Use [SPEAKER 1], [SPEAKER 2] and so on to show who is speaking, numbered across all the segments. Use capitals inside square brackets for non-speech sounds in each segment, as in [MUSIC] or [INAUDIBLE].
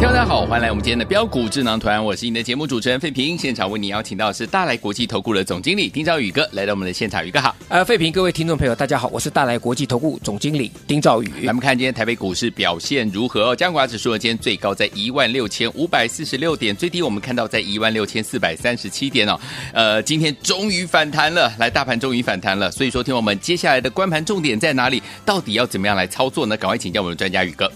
[SPEAKER 1] 听众大家好，欢迎来我们今天的标股智囊团，我是你的节目主持人费平。现场为你邀请到的是大来国际投顾的总经理丁兆宇哥来到我们的现场，宇哥好。
[SPEAKER 2] 呃，费平，各位听众朋友，大家好，我是大来国际投顾总经理丁兆宇
[SPEAKER 1] 咱。们看今天台北股市表现如何哦？加权指数呢，今天最高在一万六千五百四十六点，最低我们看到在一万六千四百三十七点哦。呃，今天终于反弹了，来大盘终于反弹了。所以说，听我们接下来的观盘重点在哪里？到底要怎么样来操作呢？赶快请教我们的专家宇哥。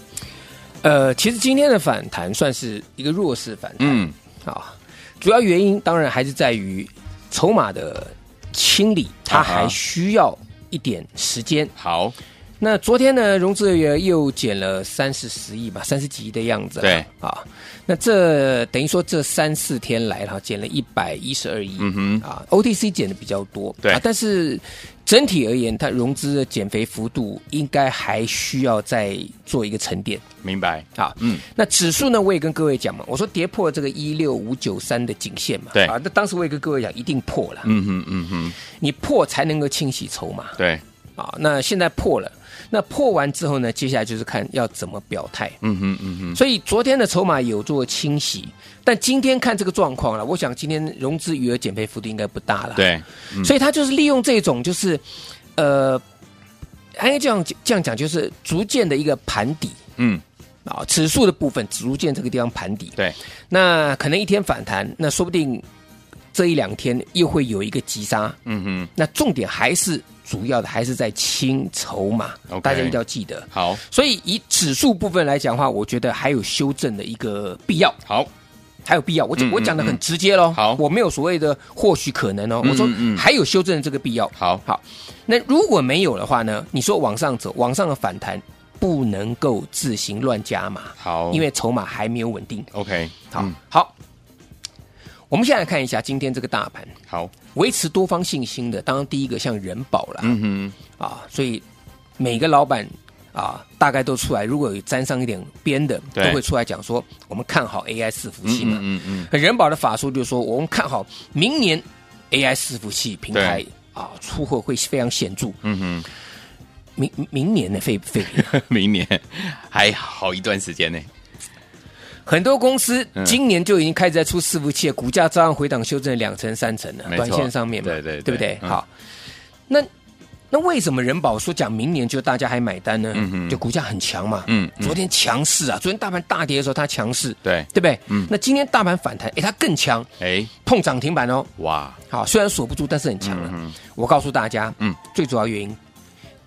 [SPEAKER 2] 呃，其实今天的反弹算是一个弱势反弹
[SPEAKER 1] 嗯，
[SPEAKER 2] 啊，主要原因当然还是在于筹码的清理，它
[SPEAKER 1] 啊哈
[SPEAKER 2] 还需要一点时间。
[SPEAKER 1] 好，
[SPEAKER 2] 那昨天呢，融资额又减了三四十亿吧，三十几亿的样子。
[SPEAKER 1] 对
[SPEAKER 2] 啊，那这等于说这三四天来哈，减了一百一十二亿。
[SPEAKER 1] 嗯
[SPEAKER 2] 啊，OTC 减的比较多。
[SPEAKER 1] 对
[SPEAKER 2] 啊，但是整体而言，它融资的减肥幅度应该还需要再做一个沉淀。
[SPEAKER 1] 明白。
[SPEAKER 2] 啊，
[SPEAKER 1] 嗯
[SPEAKER 2] 嗯，那指数呢，我也跟各位讲嘛，我说跌破这个一六五九三的颈线嘛，
[SPEAKER 1] 对
[SPEAKER 2] 啊，那当时我也跟各位讲，一定破了，
[SPEAKER 1] 嗯哼，嗯哼，
[SPEAKER 2] 你破才能够清洗筹码
[SPEAKER 1] 对，
[SPEAKER 2] 啊。那现在破了，那破完之后呢，接下来就是看要怎么表态。
[SPEAKER 1] 嗯哼，嗯哼，
[SPEAKER 2] 所以昨天的筹码有做清洗，但今天看这个状况了，我想今天融资余额减肥幅度应该不大了，，
[SPEAKER 1] 对，嗯
[SPEAKER 2] 所以他就是利用这种就是，呃，应该这样这样讲，就是逐渐的一个盘底。
[SPEAKER 1] 嗯，
[SPEAKER 2] 啊，指数的部分逐渐这个地方盘底，
[SPEAKER 1] 对，
[SPEAKER 2] 那可能一天反弹，那说不定这一两天又会有一个急杀。
[SPEAKER 1] 嗯哼，
[SPEAKER 2] 那重点还是主要的还是在清筹码
[SPEAKER 1] OK
[SPEAKER 2] 大家一定要记得。
[SPEAKER 1] 好，
[SPEAKER 2] 所以以指数部分来讲的话，我觉得还有修正的一个必要，
[SPEAKER 1] 好，
[SPEAKER 2] 还有必要。我
[SPEAKER 1] 嗯
[SPEAKER 2] 讲、
[SPEAKER 1] 嗯
[SPEAKER 2] 我讲的很直接喽，
[SPEAKER 1] 好
[SPEAKER 2] 我没有所谓的或许可能哦，
[SPEAKER 1] 嗯
[SPEAKER 2] 我说
[SPEAKER 1] 嗯嗯
[SPEAKER 2] 还有修正的这个必要。
[SPEAKER 1] 好，
[SPEAKER 2] 好，那如果没有的话呢？你说往上走，往上的反弹不能够自行乱加码，
[SPEAKER 1] 好，
[SPEAKER 2] 因为筹码还没有稳定。
[SPEAKER 1] OK，
[SPEAKER 2] 好、
[SPEAKER 1] 哦嗯
[SPEAKER 2] 好，我们现在来看一下今天这个大盘
[SPEAKER 1] 好，
[SPEAKER 2] 维持多方信心的，当然第一个像人保啦、
[SPEAKER 1] 嗯哼，
[SPEAKER 2] 啊，所以每个老板啊大概都出来，如果有沾上一点边的，都
[SPEAKER 1] 对
[SPEAKER 2] 会出来讲说我们看好 AI 伺服器嘛。
[SPEAKER 1] 嗯嗯，
[SPEAKER 2] 人保的法术就是说我们看好明年 AI 伺服器平台
[SPEAKER 1] 对
[SPEAKER 2] 啊出货会非常显著，
[SPEAKER 1] 嗯
[SPEAKER 2] 明明年的费费。
[SPEAKER 1] 哼， [LAUGHS] 明年还好一段时间呢。
[SPEAKER 2] 很多公司
[SPEAKER 1] 嗯
[SPEAKER 2] 今年就已经开始在出伺服器了，股价照样回档修正两成三成了
[SPEAKER 1] 没，错
[SPEAKER 2] 短线上面嘛，
[SPEAKER 1] 对对对
[SPEAKER 2] 不对？
[SPEAKER 1] 嗯
[SPEAKER 2] 好，那那为什么人保说讲明年就大家还买单呢？
[SPEAKER 1] 嗯哼
[SPEAKER 2] 就股价很强嘛，
[SPEAKER 1] 嗯嗯
[SPEAKER 2] 昨天强势啊，昨天大盘大跌的时候它强势，
[SPEAKER 1] 对，
[SPEAKER 2] 对不对？
[SPEAKER 1] 嗯
[SPEAKER 2] 那今天大盘反弹，哎，它更强，
[SPEAKER 1] 哎，
[SPEAKER 2] 碰涨停板哦，
[SPEAKER 1] 哇，
[SPEAKER 2] 好，虽然锁不住，但是很强了。啊
[SPEAKER 1] 嗯
[SPEAKER 2] 我告诉大家，
[SPEAKER 1] 嗯
[SPEAKER 2] 嗯，最主要原因，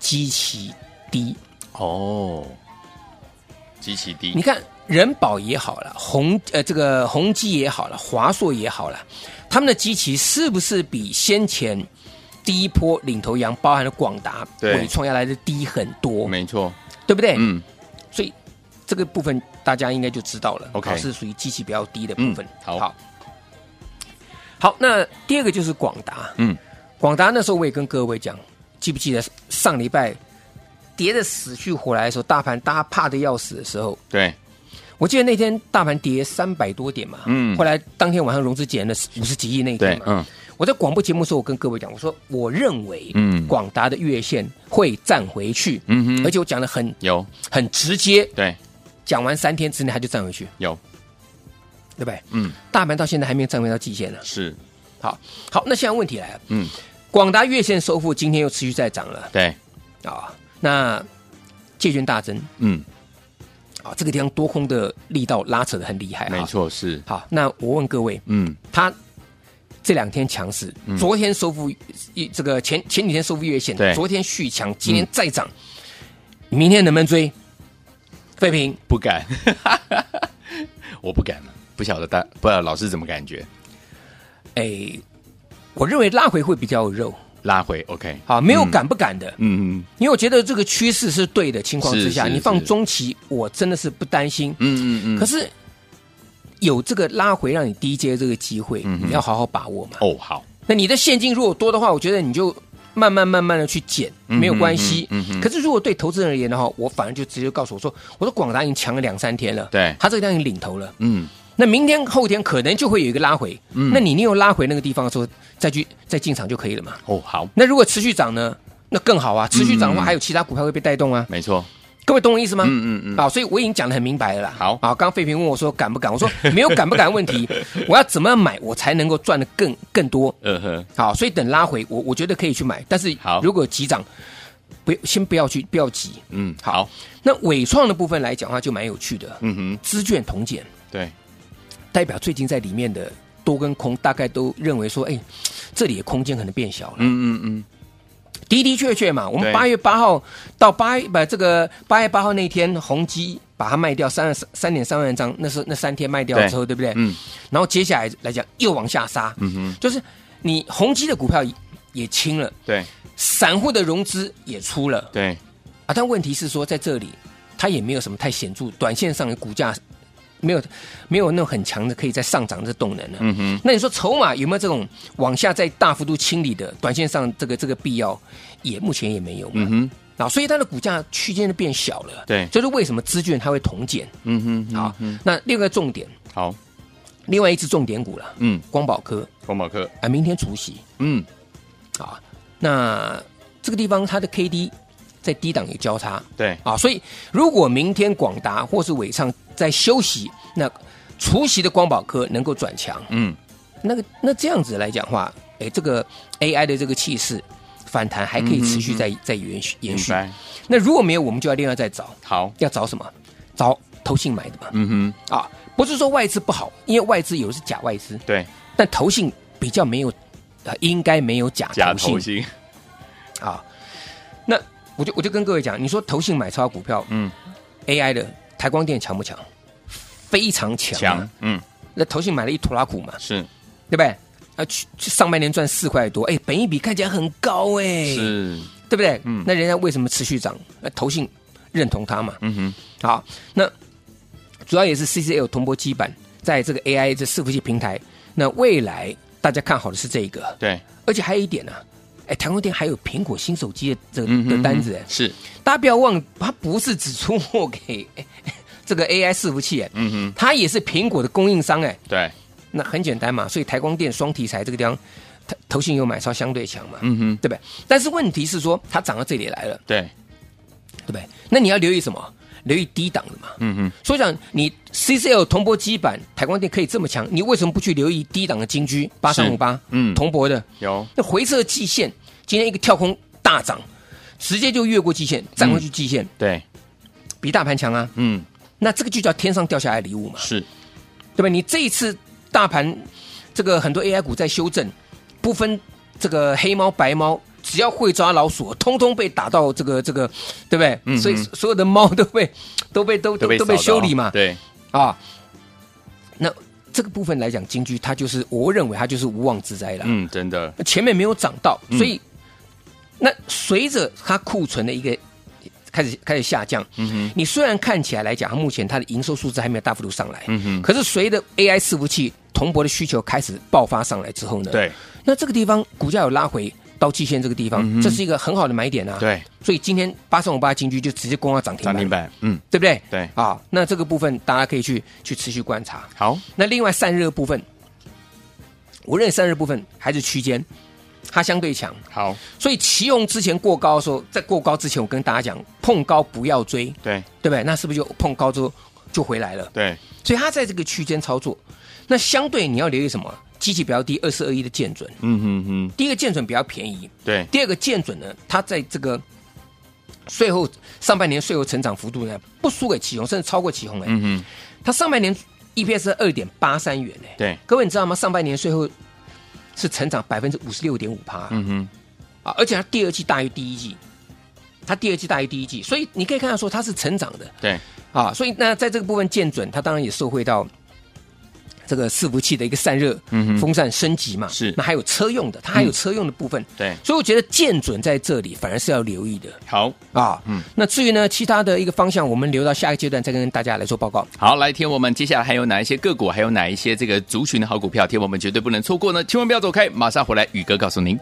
[SPEAKER 2] 基期低，
[SPEAKER 1] 哦，极其低
[SPEAKER 2] 你，看人保也好了，宏呃这个宏基也好了，华硕也好了，他们的机器是不是比先前第一波领头羊包含了广达、
[SPEAKER 1] 对
[SPEAKER 2] 伟创要来的低很多，
[SPEAKER 1] 没错，
[SPEAKER 2] 对不对？
[SPEAKER 1] 嗯，
[SPEAKER 2] 所以这个部分大家应该就知道了
[SPEAKER 1] OK
[SPEAKER 2] 好是属于机器比较低的部分。
[SPEAKER 1] 嗯好
[SPEAKER 2] 好，好那第二个就是广达，
[SPEAKER 1] 嗯，
[SPEAKER 2] 广达那时候我也跟各位讲，记不记得上礼拜跌的死去活来的时候，大盘大家怕的要死的时候，
[SPEAKER 1] 对，
[SPEAKER 2] 我记得那天大盘跌三百多点嘛，
[SPEAKER 1] 嗯
[SPEAKER 2] 后来当天晚上融资减了五十几亿那一天
[SPEAKER 1] 对
[SPEAKER 2] 嘛，，
[SPEAKER 1] 嗯，
[SPEAKER 2] 我在广播节目的时候，我跟各位讲，我说我认为，
[SPEAKER 1] 嗯
[SPEAKER 2] 嗯，广达的月线会站回去，
[SPEAKER 1] 嗯哼
[SPEAKER 2] 而且我讲的很
[SPEAKER 1] 有，
[SPEAKER 2] 很直接，
[SPEAKER 1] 对，
[SPEAKER 2] 讲完三天之内它就站回去，
[SPEAKER 1] 有，
[SPEAKER 2] 对不对？
[SPEAKER 1] 嗯，
[SPEAKER 2] 大盘到现在还没有站回到季线呢。
[SPEAKER 1] 是，
[SPEAKER 2] 好，好，那现在问题来了，
[SPEAKER 1] 嗯，
[SPEAKER 2] 广达月线收复，今天又持续在涨了
[SPEAKER 1] 对，
[SPEAKER 2] 啊、那借券大增
[SPEAKER 1] 嗯，
[SPEAKER 2] 啊、这个地方多空的力道拉扯的很厉害啊。
[SPEAKER 1] 没。错，是，
[SPEAKER 2] 好，那我问各位，
[SPEAKER 1] 嗯，
[SPEAKER 2] 它这两天强势，昨天收复一这个前前几天收复月线
[SPEAKER 1] 对，嗯
[SPEAKER 2] 昨天续强，今天再涨，明天能不能追？废平，
[SPEAKER 1] [LAUGHS] 不敢，我不敢了，啊不晓得大不知道老师怎么感觉？
[SPEAKER 2] 哎，我认为拉回会比较有肉，
[SPEAKER 1] 拉回 OK，
[SPEAKER 2] 好，没有敢不敢的，
[SPEAKER 1] 嗯，嗯
[SPEAKER 2] 因为我觉得这个趋势是对的情况之下，
[SPEAKER 1] 是是
[SPEAKER 2] 你放
[SPEAKER 1] 是
[SPEAKER 2] 中期，我真的是不担心。
[SPEAKER 1] 嗯嗯嗯嗯，
[SPEAKER 2] 可是有这个拉回让你低阶这个机会，
[SPEAKER 1] 嗯哼
[SPEAKER 2] 你要好好把握嘛。
[SPEAKER 1] 哦好，
[SPEAKER 2] 那你的现金如果多的话，我觉得你就慢慢慢慢的去减，
[SPEAKER 1] 嗯
[SPEAKER 2] 没有关系。
[SPEAKER 1] 嗯哼嗯哼
[SPEAKER 2] 可是如果对投资人而言的话，我反而就直接告诉我说，我说广达已经强了两三天了，
[SPEAKER 1] 对
[SPEAKER 2] 它这个量已经领头了。
[SPEAKER 1] 嗯
[SPEAKER 2] 那明天后天可能就会有一个拉回，
[SPEAKER 1] 嗯
[SPEAKER 2] 那你利用拉回那个地方的时候再去再进场就可以了嘛。
[SPEAKER 1] 哦好，
[SPEAKER 2] 那如果持续涨呢？那更好啊！持续涨
[SPEAKER 1] 嗯
[SPEAKER 2] 的话，
[SPEAKER 1] 嗯
[SPEAKER 2] 还有其他股票会被带动啊。
[SPEAKER 1] 没错，
[SPEAKER 2] 各位懂我意思吗？
[SPEAKER 1] 嗯嗯嗯，
[SPEAKER 2] 啊，所以我已经讲得很明白了啦。
[SPEAKER 1] 好
[SPEAKER 2] 啊，刚刚费平问我说敢不敢，我说没有敢不敢问题， [LAUGHS] 我要怎么样买我才能够赚得更更多？
[SPEAKER 1] 呃呵，
[SPEAKER 2] 好，所以等拉回，我我觉得可以去买，但是
[SPEAKER 1] 好
[SPEAKER 2] 如果急涨，不先不要去，不要急。
[SPEAKER 1] 嗯好，
[SPEAKER 2] 那伟创的部分来讲的话，就蛮有趣的，
[SPEAKER 1] 嗯哼，
[SPEAKER 2] 资券同减
[SPEAKER 1] 对，
[SPEAKER 2] 代表最近在里面的多跟空，大概都认为说，哎，这里的空间可能变小了。
[SPEAKER 1] 嗯嗯嗯，
[SPEAKER 2] 的的确确嘛，我们
[SPEAKER 1] 对
[SPEAKER 2] 八月八号到八把这个八月八号那一天，宏基把它卖掉三三点三万张，那是那三天卖掉之后，对不对？
[SPEAKER 1] 嗯
[SPEAKER 2] 然后接下来来讲又往下杀，
[SPEAKER 1] 嗯哼，
[SPEAKER 2] 就是你宏基的股票也也清了，
[SPEAKER 1] 对
[SPEAKER 2] 散户的融资也出了
[SPEAKER 1] 对，
[SPEAKER 2] 啊，但问题是说在这里它也没有什么太显著，短线上的股价没有没有那种很强的可以在上涨的动能了、
[SPEAKER 1] 嗯哼，
[SPEAKER 2] 那你说筹码有没有这种往下再大幅度清理的短线上这个这个必要？也目前也没有嘛。
[SPEAKER 1] 嗯哼，
[SPEAKER 2] 啊，所以它的股价区间的变小了。啊
[SPEAKER 1] 对
[SPEAKER 2] 这就是为什么资券它会同减。
[SPEAKER 1] 嗯哼，
[SPEAKER 2] 好，
[SPEAKER 1] 嗯
[SPEAKER 2] 那另外一个重点，
[SPEAKER 1] 哼好，
[SPEAKER 2] 另外一只重点股了，
[SPEAKER 1] 嗯，
[SPEAKER 2] 光宝科
[SPEAKER 1] 光宝科，
[SPEAKER 2] 啊，明天除夕
[SPEAKER 1] 嗯
[SPEAKER 2] 啊，那这个地方它的 K D 在低档有交叉
[SPEAKER 1] 对，
[SPEAKER 2] 啊，所以如果明天广达或是伟创在休息，那除夕的光宝科能够转强，
[SPEAKER 1] 嗯
[SPEAKER 2] 那个那这样子来讲话，哎，这个 A I 的这个气势反弹还可以持续
[SPEAKER 1] 嗯
[SPEAKER 2] 在在延续延
[SPEAKER 1] 明
[SPEAKER 2] 续。
[SPEAKER 1] 白，
[SPEAKER 2] 那如果没有，我们就要另外再找。
[SPEAKER 1] 好，
[SPEAKER 2] 要找什么？找投信买的嘛。
[SPEAKER 1] 嗯哼，
[SPEAKER 2] 啊，不是说外资不好，因为外资有的是假外资，
[SPEAKER 1] 对，
[SPEAKER 2] 但投信比较没有，呃、应该没有假
[SPEAKER 1] 假
[SPEAKER 2] 投信
[SPEAKER 1] 头型，
[SPEAKER 2] 啊。那我就我就跟各位讲，你说投信买超股票
[SPEAKER 1] 嗯，
[SPEAKER 2] AI 的台光电强不强？非常强、啊
[SPEAKER 1] 强。，嗯，
[SPEAKER 2] 那投信买了一坨拉股嘛，
[SPEAKER 1] 是
[SPEAKER 2] 对不对？啊，去去上半年赚四块多，哎，本益比看起来很高哎、
[SPEAKER 1] 是，
[SPEAKER 2] 对不对？
[SPEAKER 1] 嗯
[SPEAKER 2] 那人家为什么持续涨？那投信认同它嘛。
[SPEAKER 1] 嗯哼，
[SPEAKER 2] 好，那主要也是 CCL 铜箔基板在这个 AI 这伺服器平台，那未来大家看好的是这一个，
[SPEAKER 1] 对，
[SPEAKER 2] 而且还有一点呢、啊，哎，台光电还有苹果新手机的这个
[SPEAKER 1] 嗯哼
[SPEAKER 2] 的单子，哎
[SPEAKER 1] 是，
[SPEAKER 2] 大家不要忘了，它不是只出货给哎这个 AI 伺服器，哎，
[SPEAKER 1] 嗯哼，
[SPEAKER 2] 它也是苹果的供应商，哎，
[SPEAKER 1] 对，
[SPEAKER 2] 那很简单嘛，所以台光电双题材这个地方，投投信有买超相对强嘛，
[SPEAKER 1] 嗯哼，
[SPEAKER 2] 对不对？但是问题是说，它涨到这里来了，
[SPEAKER 1] 对，
[SPEAKER 2] 对不对？那你要留意什么？留意低档的嘛，
[SPEAKER 1] 嗯哼，
[SPEAKER 2] 所以讲，你 CCL 铜箔基板台光电可以这么强，你为什么不去留意低档的金居八三五八？
[SPEAKER 1] 嗯
[SPEAKER 2] 铜箔的
[SPEAKER 1] 有，
[SPEAKER 2] 那回撤季线，今天一个跳空大涨，直接就越过季线，站
[SPEAKER 1] 嗯
[SPEAKER 2] 回去季线，
[SPEAKER 1] 对，
[SPEAKER 2] 比大盘强啊！
[SPEAKER 1] 嗯，
[SPEAKER 2] 那这个就叫天上掉下来的礼物嘛，
[SPEAKER 1] 是，
[SPEAKER 2] 对吧？你这一次大盘这个很多 AI 股在修正，不分这个黑猫白猫。只要会抓老鼠，通通被打到这个这个，对不对？
[SPEAKER 1] 嗯嗯
[SPEAKER 2] 所以所有的猫都被都被都都被
[SPEAKER 1] 扫
[SPEAKER 2] 修
[SPEAKER 1] 到
[SPEAKER 2] 理嘛。
[SPEAKER 1] 对，
[SPEAKER 2] 啊。那这个部分来讲，金居它就是，我认为它就是无妄之灾了。
[SPEAKER 1] 嗯，真的，
[SPEAKER 2] 前面没有涨到，
[SPEAKER 1] 嗯
[SPEAKER 2] 所以、那随着它库存的一个开始开始下降，
[SPEAKER 1] 嗯哼，
[SPEAKER 2] 你虽然看起来来讲，它目前它的营收数字还没有大幅度上来，
[SPEAKER 1] 嗯哼，
[SPEAKER 2] 可是随着 AI 伺服器铜箔的需求开始爆发上来之后呢，，
[SPEAKER 1] 对，
[SPEAKER 2] 那这个地方股价有拉回。到季线这个地方，
[SPEAKER 1] 嗯哼
[SPEAKER 2] 这是一个很好的买点啊！，
[SPEAKER 1] 对，
[SPEAKER 2] 所以今天八三五八金居就直接攻到涨停
[SPEAKER 1] 涨
[SPEAKER 2] 板，
[SPEAKER 1] 停板，嗯，
[SPEAKER 2] 对不对？
[SPEAKER 1] 对
[SPEAKER 2] 啊，那这个部分大家可以去去持续观察。
[SPEAKER 1] 好，
[SPEAKER 2] 那另外散热部分，我认为散热部分还是区间，它相对强。
[SPEAKER 1] 好，
[SPEAKER 2] 所以奇用之前过高的时候，在过高之前，我跟大家讲，碰高不要追，
[SPEAKER 1] 对，
[SPEAKER 2] 对不对？那是不是就碰高之后就回来了？
[SPEAKER 1] 对，
[SPEAKER 2] 所以它在这个区间操作，那相对你要留意什么？机器比较低，二四二一的建准，
[SPEAKER 1] 嗯哼哼，
[SPEAKER 2] 第一个建准比较便宜，
[SPEAKER 1] 对，
[SPEAKER 2] 第二个建准呢，它在这个税后上半年税后成长幅度呢，不输给启宏，甚至超过启宏哎、
[SPEAKER 1] 嗯哼，
[SPEAKER 2] 它上半年 EPS 二点八三元哎、
[SPEAKER 1] 对，
[SPEAKER 2] 各位你知道吗？上半年税后是成长百分之五十六点五趴
[SPEAKER 1] 嗯哼，
[SPEAKER 2] 啊，而且它第二季大于第一季，它第二季大于第一季，所以你可以看到说它是成长的
[SPEAKER 1] 对，
[SPEAKER 2] 啊，所以那在这个部分见准，它当然也受惠到这个伺服器的一个散热风扇升级嘛，
[SPEAKER 1] 嗯是嗯
[SPEAKER 2] 那还有车用的，它还有车用的部分，
[SPEAKER 1] 对
[SPEAKER 2] 所以我觉得见准在这里反而是要留意的
[SPEAKER 1] 好。
[SPEAKER 2] 啊，嗯，那至于呢其他的一个方向，我们留到下一个阶段再跟大家来做报告。
[SPEAKER 1] 好，来，天我们接下来还有哪一些个股，还有哪一些这个族群的好股票，天我们绝对不能错过呢？千万不要走开，马上回来，宇哥告诉您。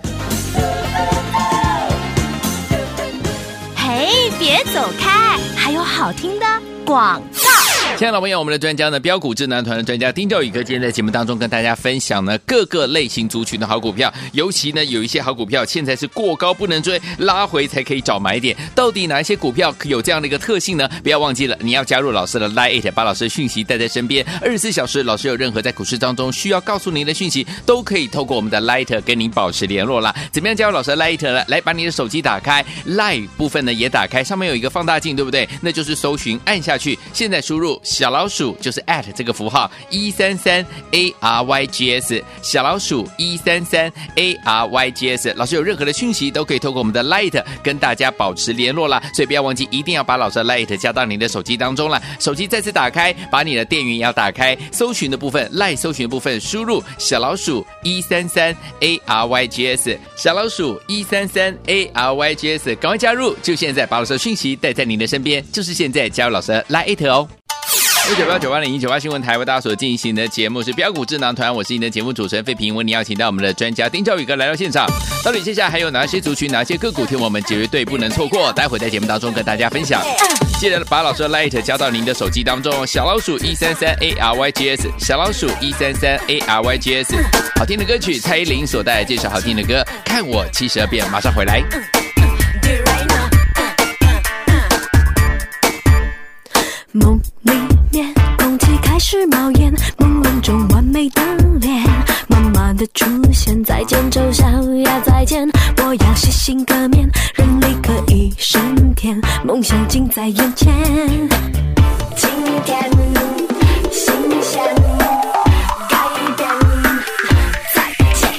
[SPEAKER 3] 嘿，别走开，还有好听的广告。
[SPEAKER 1] 亲爱的朋友我们的专家呢，标股智囊团的专家丁兆宇哥，今天在节目当中跟大家分享呢各个类型族群的好股票，尤其呢有一些好股票现在是过高不能追，拉回才可以找买点。到底哪一些股票有这样的一个特性呢？不要忘记了，你要加入老师的 Line It，把老师的讯息带在身边，二十四小时，老师有任何在股市当中需要告诉您的讯息，都可以透过我们的 Light 跟您保持联络啦。怎么样加入老师的 Light 呢？来把你的手机打开，Light 部分呢也打开，上面有一个放大镜，对不对？那就是搜寻，按下去，现在输入小老鼠就是 at 这个符号一三三 a r y g s 小老鼠一三三 a r y g s，老师有任何的讯息都可以透过我们的 Light 跟大家保持联络啦，所以不要忘记一定要把老师的 Light 加到您的手机当中啦。手机再次打开，把你的电源也要打开，搜寻的部分 Light 搜寻的部分输入小老鼠一三三 a r y g s 小老鼠一三三 a r y g s，赶快加入，就现在把老师的讯息带在您的身边，就是现在加入老师的 Light 哦。六九八九八零一九八新闻台为大家所进行的节目是标股智囊团，我是你的节目主持人费平。为你邀请到我们的专家丁兆宇哥来到现场，到底接下来还有哪些族群、哪些个股，听我们绝对不能错过，待会在节目当中跟大家分享。记得把老师的 Light 加到您的手机当中哦，小老鼠一三三 A R Y G S，小老鼠一三三 A R Y G S。好听的歌曲，蔡依林所带来这首好听的歌《看我七十二变》，马上回来。
[SPEAKER 4] 梦里面，空气开始冒烟，朦胧中完美的脸，妈妈的出现，再见丑小鸭，再见，我要洗心革面，人力可以升天，梦想近在眼前。今天，新鲜，改变，再见。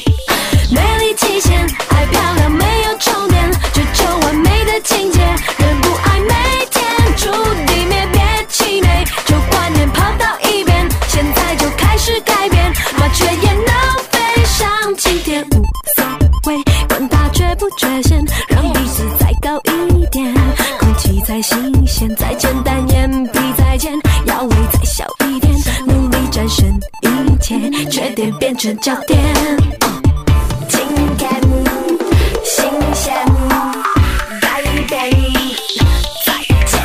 [SPEAKER 4] 美丽极限，爱漂亮没有终点，追求完美的境界，人不爱每天注定灭，别气馁，旧观念抛到一边，现在就开始改变，麻雀也能飞上青天，无所谓，管它缺不缺陷，让鼻子再高一点，空气再新鲜，再简单，眼皮再尖，腰围再小一点，努力战胜一切，缺点变成焦点。哦今天新鲜，改变，再见。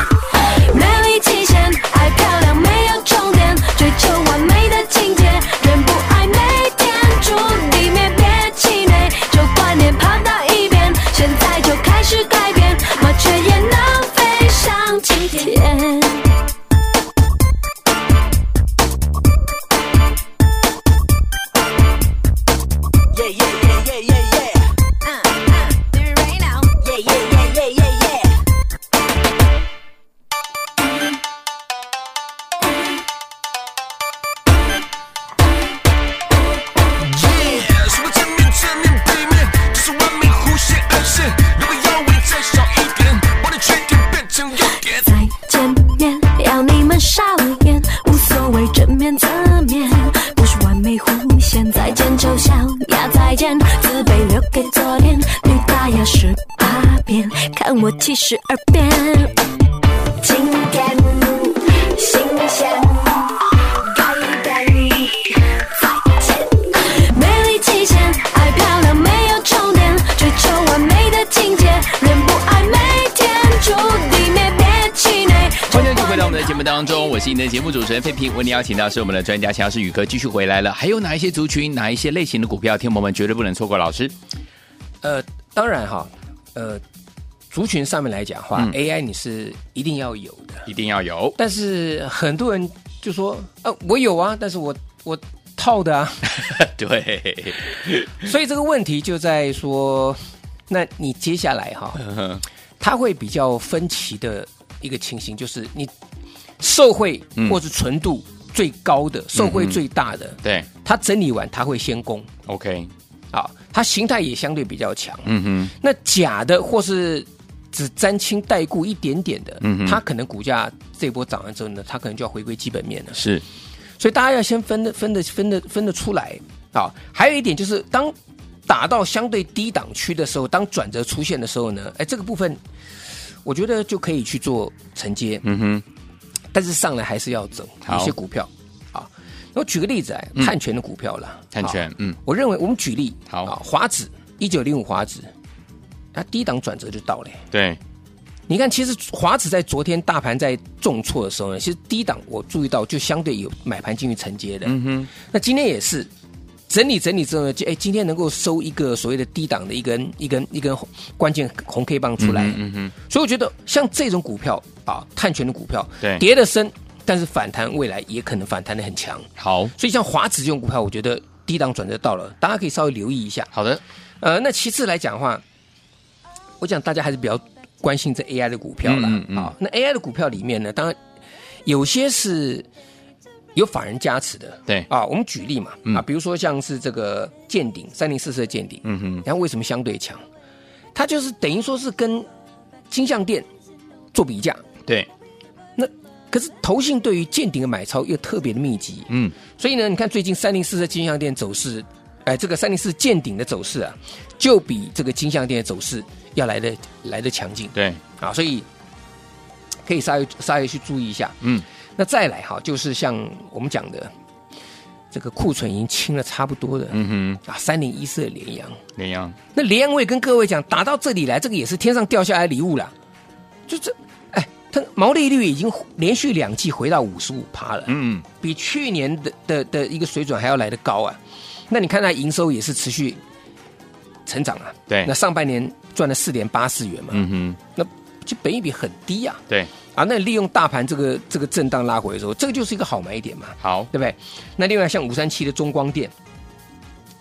[SPEAKER 4] 美丽极限，爱漂亮没有终点，追求完美的境界，人不爱每天注定灭，别气馁，旧观念抛到一边，现在就开始改变，麻雀也能飞上青天。
[SPEAKER 5] Yeah, yeah, yeah, yeah, yeah, yeah. Yeah, yeah, yeah, yeah, yeah, yeah. 什么正面、正面、背面，就是完美弧线、暗线。如果腰围再小一点，我的缺点变成优点。
[SPEAKER 4] 再见面，要你们傻了眼，无所谓正面侧面，不是完美弧线。再见丑小鸭，再见自卑留给昨天，女大牙十八变，看我七十二变。今天新鲜，改变，再见。美丽极限，爱漂亮没有终点，追求完美的境界，人不爱每天注定灭，别气馁。
[SPEAKER 1] 欢迎继续回到我们的节目当中，我是你的节目主持人费平。为你邀请到是我们的专家强势宇哥继续回来了。还有哪一些族群、哪一些类型的股票，听友们绝对不能错过老师。
[SPEAKER 2] 呃，当然哈，呃，族群上面来讲的话、
[SPEAKER 1] 嗯
[SPEAKER 2] a i 你是一定要有的，
[SPEAKER 1] 一定要有。
[SPEAKER 2] 但是很多人就说，呃，我有啊，但是我我套的
[SPEAKER 1] [LAUGHS]
[SPEAKER 2] 啊，
[SPEAKER 1] 对，
[SPEAKER 2] 所以这个问题就在说，那你接下来哈，
[SPEAKER 1] 嗯
[SPEAKER 2] 它会比较分歧的一个情形，就是你受贿
[SPEAKER 1] 嗯
[SPEAKER 2] 或是纯度最高的、受贿最大的，
[SPEAKER 1] 对
[SPEAKER 2] 它整理完它会先攻
[SPEAKER 1] ，OK，
[SPEAKER 2] 啊，它形态也相对比较强。
[SPEAKER 1] 嗯哼，
[SPEAKER 2] 那假的或是只沾亲带故一点点的，
[SPEAKER 1] 嗯哼
[SPEAKER 2] 它可能股价这一波涨完之后呢，它可能就要回归基本面了。
[SPEAKER 1] 是
[SPEAKER 2] 所以大家要先分的分的分的分得出来啊。还有一点就是，当打到相对低档区的时候，当转折出现的时候呢，哎，这个部分我觉得就可以去做承接，
[SPEAKER 1] 嗯哼，
[SPEAKER 2] 但是上来还是要走
[SPEAKER 1] 好嗯
[SPEAKER 2] 有些股票啊。那我举个例子哎，碳权的股票啦，
[SPEAKER 1] 碳权
[SPEAKER 2] 啊
[SPEAKER 1] 嗯，
[SPEAKER 2] 我认为我们举例
[SPEAKER 1] 好
[SPEAKER 2] 啊，华指一九零五华指，它低档转折就到了。
[SPEAKER 1] 对，
[SPEAKER 2] 你看，其实华指在昨天大盘在重挫的时候呢，其实低档我注意到就相对有买盘进去承接的。嗯哼，那今天也是整理整理之后呢，就哎今天能够收一个所谓的低档的一根一根一根红关键红 K 棒出来。
[SPEAKER 1] 嗯哼嗯哼，
[SPEAKER 2] 所以我觉得像这种股票啊，碳权的股票，
[SPEAKER 1] 对
[SPEAKER 2] 跌的深，但是反弹未来也可能反弹的很强。
[SPEAKER 1] 好
[SPEAKER 2] 所以像华指这种股票，我觉得低档转折到了，大家可以稍微留意一下。
[SPEAKER 1] 好的，
[SPEAKER 2] 呃，那其次来讲的话，我讲大家还是比较关心这 AI 的股票啦。啊、
[SPEAKER 1] 嗯嗯嗯
[SPEAKER 2] 那 AI 的股票里面呢，当然有些是有法人加持的。
[SPEAKER 1] 对
[SPEAKER 2] 啊，我们举例嘛、
[SPEAKER 1] 哎嗯
[SPEAKER 2] 啊，比如说像是这个见顶三零四四的见顶，
[SPEAKER 1] 嗯哼，
[SPEAKER 2] 然后为什么相对强？它就是等于说是跟金像店做比价，
[SPEAKER 1] 对，
[SPEAKER 2] 可是投信对于见顶的买超又特别的密集，
[SPEAKER 1] 嗯，
[SPEAKER 2] 所以呢，你看最近三零四的金项店走势，哎、这个三零四见顶的走势啊，就比这个金项店的走势要来的来的强劲
[SPEAKER 1] 对，
[SPEAKER 2] 啊，所以可以稍微稍微去注意一下。
[SPEAKER 1] 嗯，
[SPEAKER 2] 那再来哈，就是像我们讲的这个库存已经清了差不多的，
[SPEAKER 1] 嗯
[SPEAKER 2] 啊，三零一四的联阳，
[SPEAKER 1] 哼，羚羊，
[SPEAKER 2] 那联阳我也跟各位讲，打到这里来，这个也是天上掉下来的礼物啦，就这，哎，它毛利率已经连续两季回到五十五趴了，
[SPEAKER 1] 嗯，
[SPEAKER 2] 比去年的的的一个水准还要来得高啊。那你看它营收也是持续成长啊，
[SPEAKER 1] 对
[SPEAKER 2] 那上半年赚了四点八四元嘛，
[SPEAKER 1] 嗯哼，
[SPEAKER 2] 那这本益比很低呀、
[SPEAKER 1] 对，
[SPEAKER 2] 啊，那利用大盘这个这个震荡拉回的时候，这个就是一个好买点嘛，
[SPEAKER 1] 好，
[SPEAKER 2] 对不对？那另外像五三七的中光电，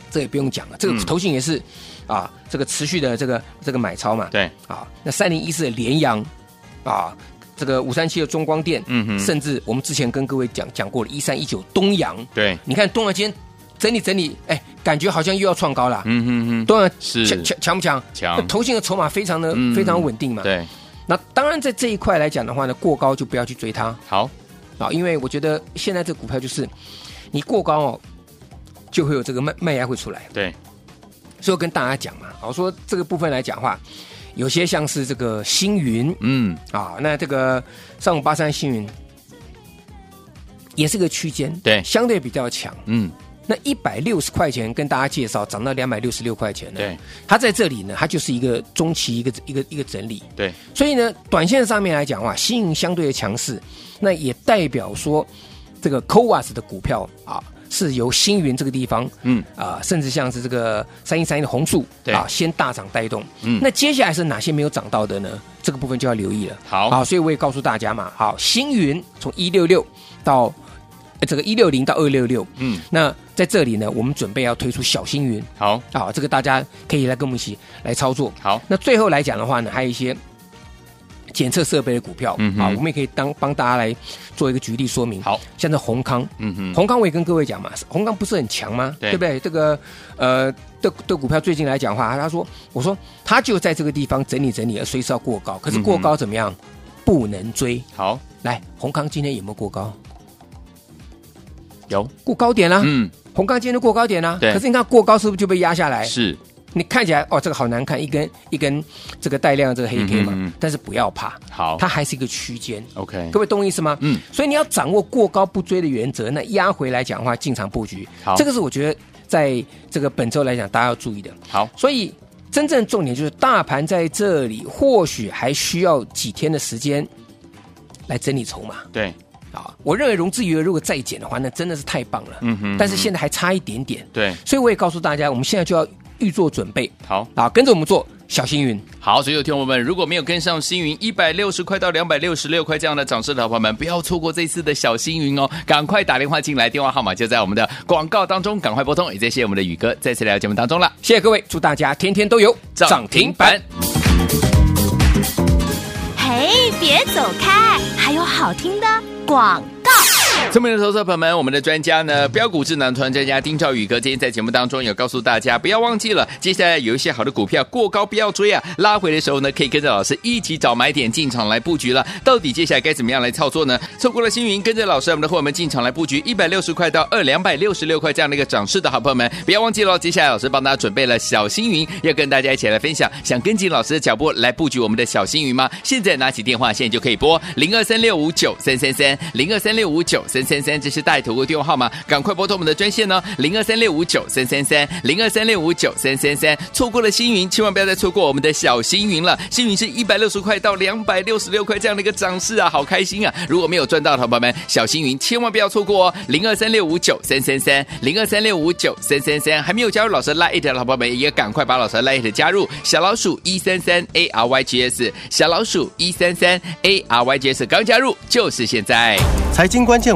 [SPEAKER 2] 这也不用讲了，这
[SPEAKER 1] 嗯
[SPEAKER 2] 个投信也是、啊，这个持续的这个这个买超嘛，
[SPEAKER 1] 对，
[SPEAKER 2] 啊，那三零一四的联阳啊，这个五三七的中光电，
[SPEAKER 1] 嗯哼
[SPEAKER 2] 甚至我们之前跟各位讲讲过了，一三一九东阳，
[SPEAKER 1] 对，
[SPEAKER 2] 你看东阳今天整理整理，哎，感觉好像又要创高了。
[SPEAKER 1] 嗯哼哼，
[SPEAKER 2] 东阳
[SPEAKER 1] 是
[SPEAKER 2] 强强强不强？
[SPEAKER 1] 强
[SPEAKER 2] 那投信的筹码非常的、
[SPEAKER 1] 嗯
[SPEAKER 2] 非常稳定嘛。。
[SPEAKER 1] 对，
[SPEAKER 2] 那当然在这一块来讲的话呢，过高就不要去追它
[SPEAKER 1] 好，
[SPEAKER 2] 啊，因为我觉得现在这股票就是你过高哦，就会有这个卖卖压会出来。
[SPEAKER 1] 对，
[SPEAKER 2] 所以我跟大家讲嘛，我说这个部分来讲的话，有些像是这个星云
[SPEAKER 1] 嗯，
[SPEAKER 2] 啊，那这个上午八三星云也是个区间，
[SPEAKER 1] 对
[SPEAKER 2] 相对比较强。
[SPEAKER 1] 嗯，
[SPEAKER 2] 那一百六十块钱跟大家介绍涨到两百六十六块钱呢，
[SPEAKER 1] 对，
[SPEAKER 2] 它在这里呢，它就是一个中期一个一个一个整理，
[SPEAKER 1] 对，
[SPEAKER 2] 所以呢，短线上面来讲的话，新营相对的强势，那也代表说这个 c o v a s 的股票啊，是由星云这个地方，
[SPEAKER 1] 嗯，
[SPEAKER 2] 啊、甚至像是这个三一三一的红树，
[SPEAKER 1] 对
[SPEAKER 2] 啊，先大涨带动，
[SPEAKER 1] 嗯
[SPEAKER 2] 那接下来是哪些没有涨到的呢？这个部分就要留意了。
[SPEAKER 1] 好
[SPEAKER 2] 啊，所以我也告诉大家嘛，好，星云从一六六到。呃这个一六零到二六六，
[SPEAKER 1] 嗯，
[SPEAKER 2] 那在这里呢，我们准备要推出小星云
[SPEAKER 1] 好，
[SPEAKER 2] 啊，这个大家可以来跟我们一起来操作。
[SPEAKER 1] 好，
[SPEAKER 2] 那最后来讲的话呢，还有一些检测设备的股票、
[SPEAKER 1] 嗯哼
[SPEAKER 2] 啊，我们也可以当帮大家来做一个举例说明。
[SPEAKER 1] 好，
[SPEAKER 2] 像这宏康，
[SPEAKER 1] 嗯哼，
[SPEAKER 2] 宏康我也跟各位讲嘛，宏康不是很强吗？
[SPEAKER 1] 对
[SPEAKER 2] 不对？这个呃的的股票最近来讲的话，他说，我说他就在这个地方整理整理，而随时要过高，可是过高怎么
[SPEAKER 1] 嗯
[SPEAKER 2] 样？不能追。
[SPEAKER 1] 好，
[SPEAKER 2] 来，宏康今天有没有过高？
[SPEAKER 1] 有，
[SPEAKER 2] 过高点啦、
[SPEAKER 1] 嗯，
[SPEAKER 2] 宏康今天就过高点啦、
[SPEAKER 1] 对
[SPEAKER 2] 可是你看过高是不是就被压下来？
[SPEAKER 1] 是，
[SPEAKER 2] 你看起来哦，这个好难看，一根一根这个带量的这个黑 K 嘛，
[SPEAKER 1] 嗯哼嗯
[SPEAKER 2] 但是不要怕，
[SPEAKER 1] 好
[SPEAKER 2] 它还是一个区间。
[SPEAKER 1] ，OK，
[SPEAKER 2] 各位懂我意思吗？
[SPEAKER 1] 嗯，
[SPEAKER 2] 所以你要掌握过高不追的原则，那压回来讲的话，进场布局
[SPEAKER 1] 好，
[SPEAKER 2] 这个是我觉得在这个本周来讲，大家要注意的。
[SPEAKER 1] 好，
[SPEAKER 2] 所以真正重点就是，大盘在这里或许还需要几天的时间来整理筹码
[SPEAKER 1] 对，
[SPEAKER 2] 啊。我认为融资余额如果再减的话，那真的是太棒了。
[SPEAKER 1] 嗯哼
[SPEAKER 2] 但是
[SPEAKER 1] 嗯
[SPEAKER 2] 现在还差一点点，
[SPEAKER 1] 对，
[SPEAKER 2] 所以我也告诉大家，我们现在就要预做准备。
[SPEAKER 1] 好，
[SPEAKER 2] 啊，跟着我们做小星云。
[SPEAKER 1] 好，所以有听众朋友们，如果没有跟上星云一百六十块到两百六十六块这样的涨势的好朋友们，不要错过这次的小星云哦，赶快打电话进来，电话号码就在我们的广告当中，赶快拨通。也谢谢我们的宇哥再次来到节目当中了，
[SPEAKER 2] 谢谢各位，祝大家天天都有
[SPEAKER 1] 涨停板。
[SPEAKER 3] 嘿，别走开，还有好听的广告。
[SPEAKER 1] 聪明的投资者朋友们，我们的专家呢，标股智囊团专家丁兆宇哥，今天在节目当中有告诉大家，不要忘记了，接下来有一些好的股票过高不要追啊，拉回的时候呢，可以跟着老师一起找买点进场来布局了。到底接下来该怎么样来操作呢？错过了星云，跟着老师我们的伙伴们进场来布局一百六十块到二两百六十六块这样的一个涨势的好朋友们，不要忘记了，接下来老师帮大家准备了小星云，要跟大家一起来分享，想跟紧老师的脚步来布局我们的小星云吗？现在拿起电话，现在就可以拨零二三六五九三三三零二三六五九三三三，这是大头哥电话号码，赶快拨通我们的专线哦，零二三六五九三三三零二三六五九三三三。错过了星云，千万不要再错过我们的小星云了。星云是一百六十块到两百六十六块这样的一个涨势啊，好开心啊！如果没有赚到的好朋友们，小星云千万不要错过哦，零二三六五九三三三零二三六五九三三三。还没有加入老师 Lite 的好朋友们，也赶快把老师 Lite 加入小老鼠一三三 A R Y G S 小老鼠一三三 A R Y G S，刚加入就是现在。
[SPEAKER 6] 财经关键